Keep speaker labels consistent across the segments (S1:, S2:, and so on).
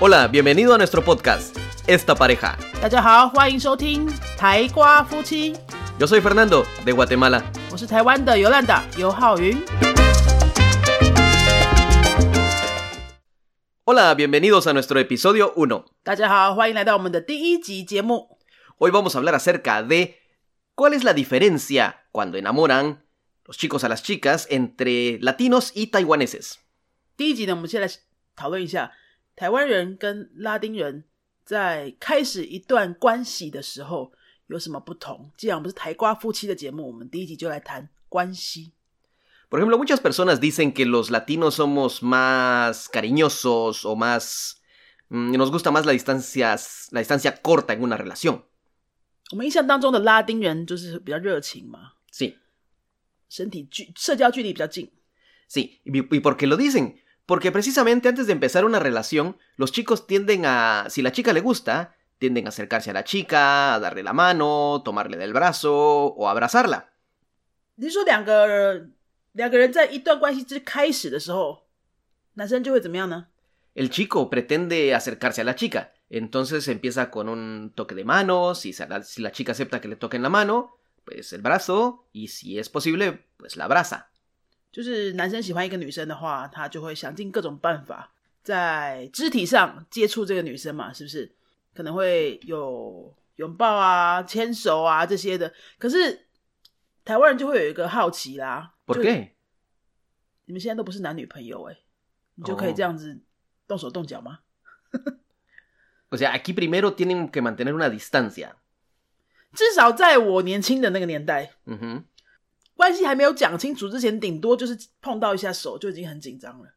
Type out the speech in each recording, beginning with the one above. S1: Hola, bienvenido a nuestro podcast, Esta Pareja.
S2: 大家好，欢迎收听《台瓜夫妻》，
S1: Yo soy Fernando, de Guatemala.
S2: 我是台湾的尤兰达尤浩云。
S1: Hola, bienvenidos a nuestro episodio 1.
S2: 大家好，欢迎来到我们的第一集节目。
S1: Hoy vamos a hablar acerca de cuál es la diferencia cuando enamoran los chicos a las chicas entre latinos y taiwaneses.
S2: 第一集呢，我们先来讨论一下台湾人跟拉丁人在开始一段关系的时候有什么不同。既然我们是台瓜夫妻的节目，我们第一集就来谈关系。
S1: Por ejemplo, muchas personas dicen que los latinos somos más cariñosos o más... mm, nos gusta más la distancia, la distancia corta en una relación.
S2: 我们印象当中的拉丁人就是比较热情嘛，
S1: Sí,
S2: 身体距社交距离比较近。
S1: Sí, y, y por qué lo dicen? Porque precisamente antes de empezar una relación, los chicos tienden a, si la chica le gusta, tienden a acercarse a la chica, a darle la mano, tomarle del brazo o abrazarla.
S2: 你是说两个两个人在一段关系之开始的时候，男生就会怎么样呢？
S1: El chico pretende acercarse a la chica, entonces empieza con un toque de mano, si, se- si la chica acepta que le toquen la mano, pues el brazo, y si es posible, pues la abraza.
S2: 就是男生喜欢一个女生的话，他就会想尽各种办法在肢体上接触这个女生嘛，是不是？可能会有拥抱啊、牵手啊这些的。可是台湾人就会有一个好奇啦，
S1: ¿Por
S2: 就
S1: qué?
S2: 你们现在都不是男女朋友哎、你就可以
S1: 哦
S2: 这样子动手动脚吗？
S1: O sea, aquí primero tienen que mantener una distancia.
S2: 至少在我年轻的那个年代，
S1: Ujú.
S2: 关系还没有讲清楚之前，顶多就是碰到一下手就已经很紧张了，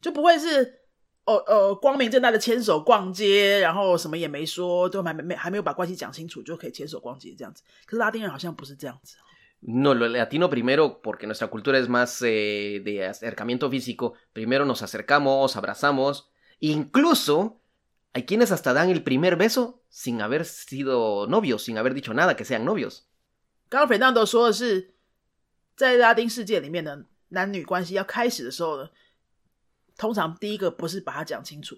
S2: 就不会是哦呃光明正大的牵手逛街，然后什么也没说，都还没没还没有把关系讲清楚就可以牵手逛街这样子。可是拉丁人好像不是这样子，
S1: No, lo latino primero, porque nuestra cultura es más eh, de acercamiento físico, primero nos acercamos, abrazamos, incluso hay quienes hasta dan el primer beso sin haber sido novios, sin haber dicho nada que sean novios.
S2: 刚刚 f e r n a n d 说的是，在拉丁世界里面的男女关系要开始的时候呢，通常第一个不是把它讲清楚，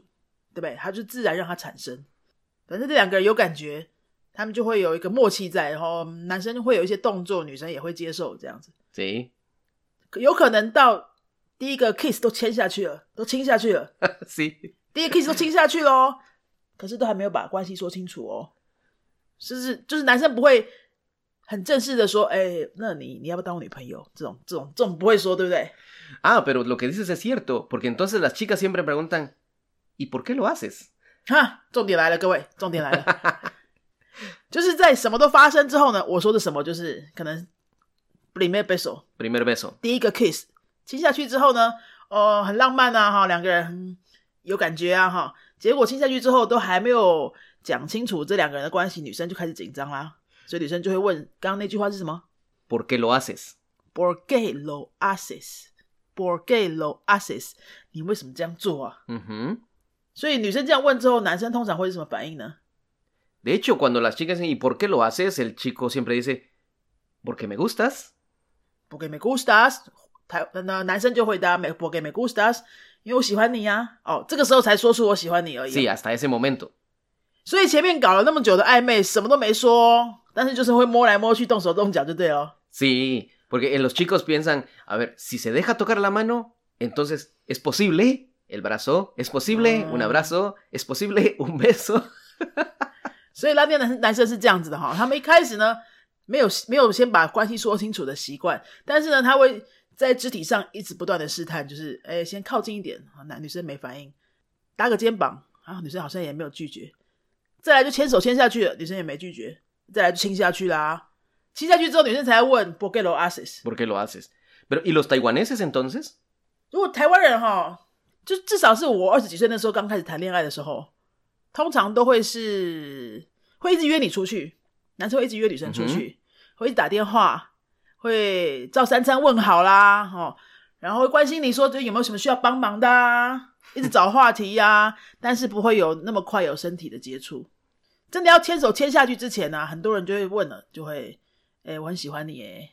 S2: 对不对？他就自然让它产生。反正这两个人有感觉，他们就会有一个默契在，然后男生会有一些动作，女生也会接受这样子。
S1: Sí,
S2: 有可能到第一个 kiss 都牵下去了，都亲下去了，
S1: sí.
S2: 第一个 kiss 都亲下去喽，可是都还没有把关系说清楚哦。是不是就是男生不会很正式的说，哎、那你你要不要当我女朋友？这种这种这种不会说，对不对？
S1: Ah, pero lo que dices es cierto, porque entonces las chicas siempre preguntan, ¿y por qué lo haces?
S2: 哈，重点来了，各位，重点来了， 就是在什么都发生之后呢，我说的什么就是可能 b 面 i 手
S1: Primer beso.
S2: 第一个 kiss 亲下去之后呢，哦，很浪漫啊哈，两个人很有感觉啊哈。结果亲下去之后都还没有讲清楚这两个人的关系，女生就开始紧张啦，所以女生就会问刚刚那句话是什么
S1: ¿Por qué lo haces?
S2: ？Por qué lo haces？Por qué lo haces？你为什么这样做啊？
S1: Ujú.
S2: 所以女生这样问之后，男生通常会是什么反应呢？
S1: De hecho, cuando las chicas dicen, ¿y por qué lo haces? El chico siempre dice, ¿porque me gustas?
S2: porque me gustas，台那男生就回答 me porque me gustas，因为我喜欢你呀、哦，这个时候才说出我喜欢你而已。啊
S1: Sí, hasta ese momento.
S2: 所以前面搞了那么久的暧昧，什么都没说，但是就是会摸来摸去，动手动脚就对了。
S1: Sí, porque eh, los chicos piensan, a ver, si se deja tocar la mano, entonces es posible el brazo, es posible un
S2: Ah.
S1: abrazo, es posible un beso.
S2: 所以拉丁男男生是这样子的哈，他们一开始呢没有没有先把关系说清楚的习惯，但是呢他会在肢体上一直不断的试探，就是哎先靠近一点，啊男女生没反应，搭个肩膀，啊女生好像也没有拒绝，再来就牵手牵下去了，女生也没拒绝，再来就亲下去啦，亲下去之后女生才问 b o r g e l o a s i s
S1: ¿Por qué lo haces? Pero, ¿y los taiwaneses entonces?
S2: 如果台湾人哈，就至少是我二十几岁那时候刚开始谈恋爱的时候，通常都会是会一直约你出去，男生会一直约女生出去，会一直打电话，会照三餐问好啦，哦，然后会关心你说就有没有什么需要帮忙的啊，一直找话题呀、但是不会有那么快有身体的接触。真的要牵手牵下去之前呢、啊很多人就会问了，就会，哎、我很喜欢你，哎，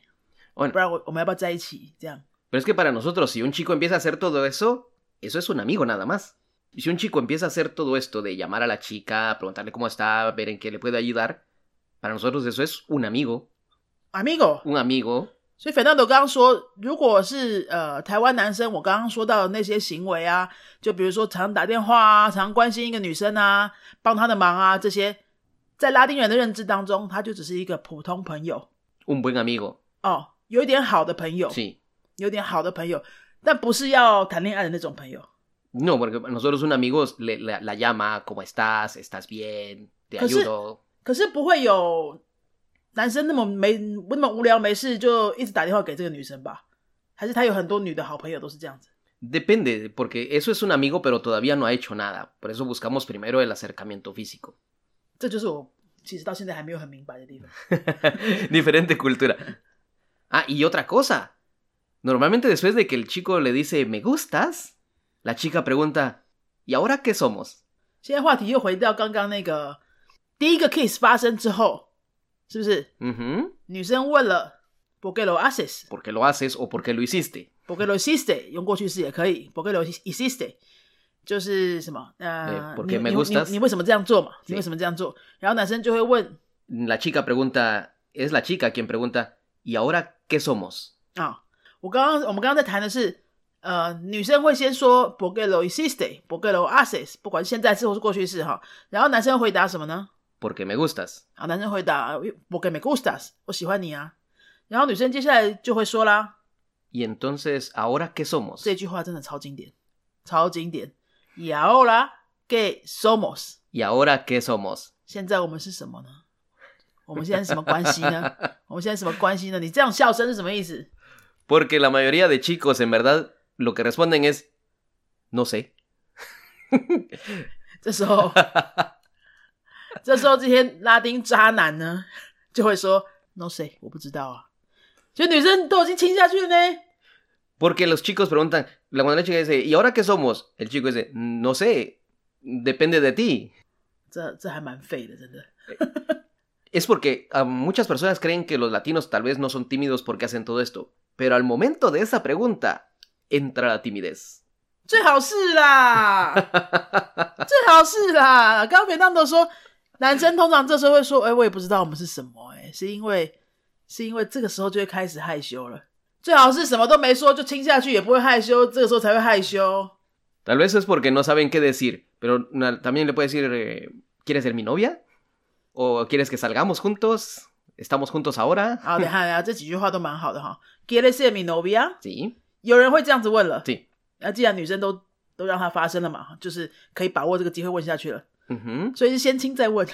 S1: Bueno,
S2: 不然我我们要不要在一起？这样。
S1: pero es que para nosotros, si un chico empieza a hacer todo eso, eso es un amigo nada más. Si un chico empieza a hacer todo esto de llamar a la chica, preguntarle cómo está, ver en qué le puede ayudar, para nosotros eso es un amigo,
S2: amigo。
S1: un amigo.
S2: 所以 Fernando 刚刚说，如果是呃台湾男生，我刚刚说到的那些行为啊，就比如说常打电话啊，常关心一个女生啊，帮她的忙啊，这些在拉丁人的认知当中，他就只是一个普通朋友
S1: Un buen amigo.
S2: 哦，有一点好的朋友，
S1: Sí.
S2: 有点好的朋友，但不是要谈恋爱的那种朋友。
S1: No, porque a nosotros un amigo le- la, la llama, ¿cómo estás? ¿Estás bien? ¿Te
S2: Pues sí.
S1: ayudo?
S2: 可是不会有男生那么没那么无聊没事就一直打电话给这个女生吧？还是他有很多女的好朋友都是这样子？
S1: Depende, porque eso es un amigo, pero todavía no ha hecho nada. Por eso buscamos primero el acercamiento físico.
S2: 这就是我其实到现在还没有很明白的地方。
S1: Diferente cultura. Ah, y otra cosa. Normalmente después de que el chico le dice, ¿me gustas? La chica pregunta, ¿y ahora qué somos?
S2: 现在话题又回到刚刚那个第一个 kiss 发生之后，是不是
S1: Ujú,
S2: 女生问了 “por qué lo haces”、
S1: ¿Por qué lo haces o por qué lo hiciste?
S2: “por qué lo hiciste”，用过去式也可以，“por qué lo hiciste”。就是什么？
S1: 哎
S2: 呃，
S1: ，porque
S2: 你
S1: me
S2: 你你
S1: gustas
S2: 你为什么这样做嘛？你
S1: 对
S2: 为什么这样做？然后男生就会问
S1: La chica pregunta, es la chica quien pregunta, ¿y ahora qué somos?
S2: 啊、我刚刚我们刚刚在谈的是，呃，女生会先说 “por qué lo hiciste”、“por qué lo haces”，不管是现在式或是过去式哈。然后男生回答什么呢？
S1: Porque me gustas.
S2: 啊，男生回答 “porque me gustas”，我喜欢你啊。然后女生接下来就会说啦，
S1: Y entonces, ¿ahora qué somos?
S2: 这句话真的超经典，超经典。Y ahora que somos，
S1: ¿Y ahora qué somos?
S2: 现在我们是什么呢？我们现在是什么关系呢？我们现在什么关系呢？你这样笑声是什么意思？
S1: Porque la mayoría de chicos, en verdad, lo que responden es, no sé.
S2: 这时候，这时候这些拉丁渣男呢，就会说 “no sé”，我不知道啊。所以女生都已经亲下去了呢。
S1: Porque los chicos preguntan, la cuando la chica dice, ¿y ahora qué somos? El chico dice, no sé, depende de ti.
S2: 这这还蛮废的，真的。
S1: Es porque ah, muchas personas creen que los latinos tal vez no son tímidos porque hacen todo esto, pero al momento de esa pregunta entra la timidez.
S2: 最好是啦，最好是啦。刚刚肥当都说，男生通常这时候会说：“哎、我也不知道我们是什么、哎，是因为是因为这个时候就会开始害羞了。最好是什么都没说就亲下去，也不会害羞，这个时候才会害羞。
S1: Tal vez es porque no saben qué decir, pero na- también le puede decir, eh, ¿quieres ser mi novia? ¿O quieres que salgamos juntos? ¿Estamos juntos ahora?
S2: 好，等一下等一下，这几句话都蛮好的哈。Quiere ser mi novia？
S1: Sí,
S2: 有人会这样子问了。
S1: sí.
S2: 那既然女生都都让它发生了嘛，就是可以把握这个机会问下去了。
S1: Ujú.
S2: 所以是先亲再问。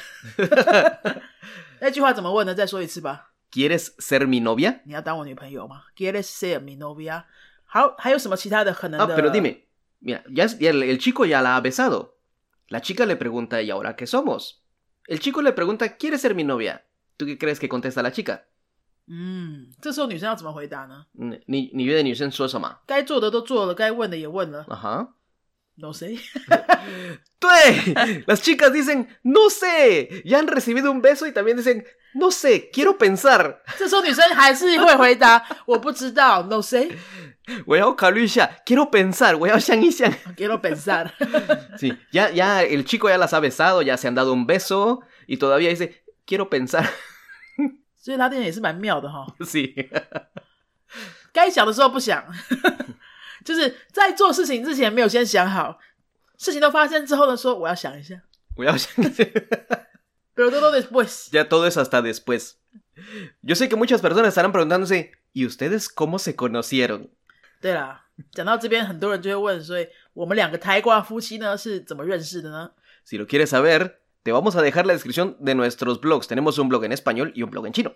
S2: 那句话怎么问呢？再说一次吧。
S1: ¿Quieres ser mi novia?
S2: 你要当我女朋友吗？Quieres ser mi novia？好，还有什么其他的可能
S1: Ah,
S2: 的？
S1: pero dime, mira, ya, es- ya el, el chico ya la ha besado. La chica le pregunta, ¿y ahora qué somos? El chico le pregunta, ¿quieres ser mi novia? ¿Tú qué crees que contesta la chica?
S2: 嗯，这时候女生要怎么回答呢？
S1: Ni, ni, ni de ni sen suesa ma.
S2: 该做的都做了，该问的也问了
S1: Ajá.
S2: ，no say。
S1: ¡Tue! Las chicas dicen, no sé. Ya han recibido un beso y también dicen, no sé, quiero pensar.
S2: 这时候女生还是会回答 我不知道，no say。
S1: Weao Kaluisha, quiero pensar. Weao Shang y Shang.
S2: Quiero pensar。
S1: Sí, ya, ya el chico ya las ha besado, ya se han dado un beso y todavía dice, quiero pensar.
S2: 所以拉丁人也是蛮妙的哈，
S1: Sí.
S2: 该想的时候不想， 就是在做事情之前没有先想好，事情都发生之后呢，说我要想一下。
S1: Weao Shang y Shang.
S2: Pero todo después。
S1: Ya todo es hasta después. Yo sé que muchas personas estarán preguntándose, ¿y ustedes cómo se conocieron?
S2: 对啦，讲到这边，很多人就会问，所以我们两个台挂夫妻呢是怎么认识的呢？
S1: Si lo quieres saber, te vamos a dejar la descripción de nuestros blogs. Tenemos un blog en español y un blog en chino.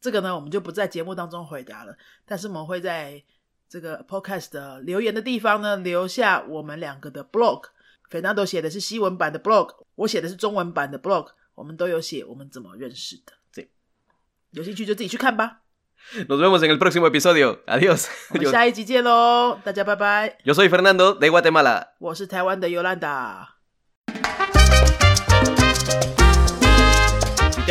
S2: 这个呢，我们就不在节目当中回答了，但是我们会在这个 podcast 的留言的地方呢，留下我们两个的 blog。菲纳多写的是西文版的 blog，我写的是中文版的 blog，我们都有写我们怎么认识的。
S1: 对，
S2: 有兴趣就自己去看吧。
S1: Nos vemos en el próximo episodio. Adiós.
S2: 我们
S1: Yo,
S2: 下一集见喽，大家拜拜。
S1: yo soy Fernando de Guatemala.
S2: 我是台湾的尤兰达，
S1: Si te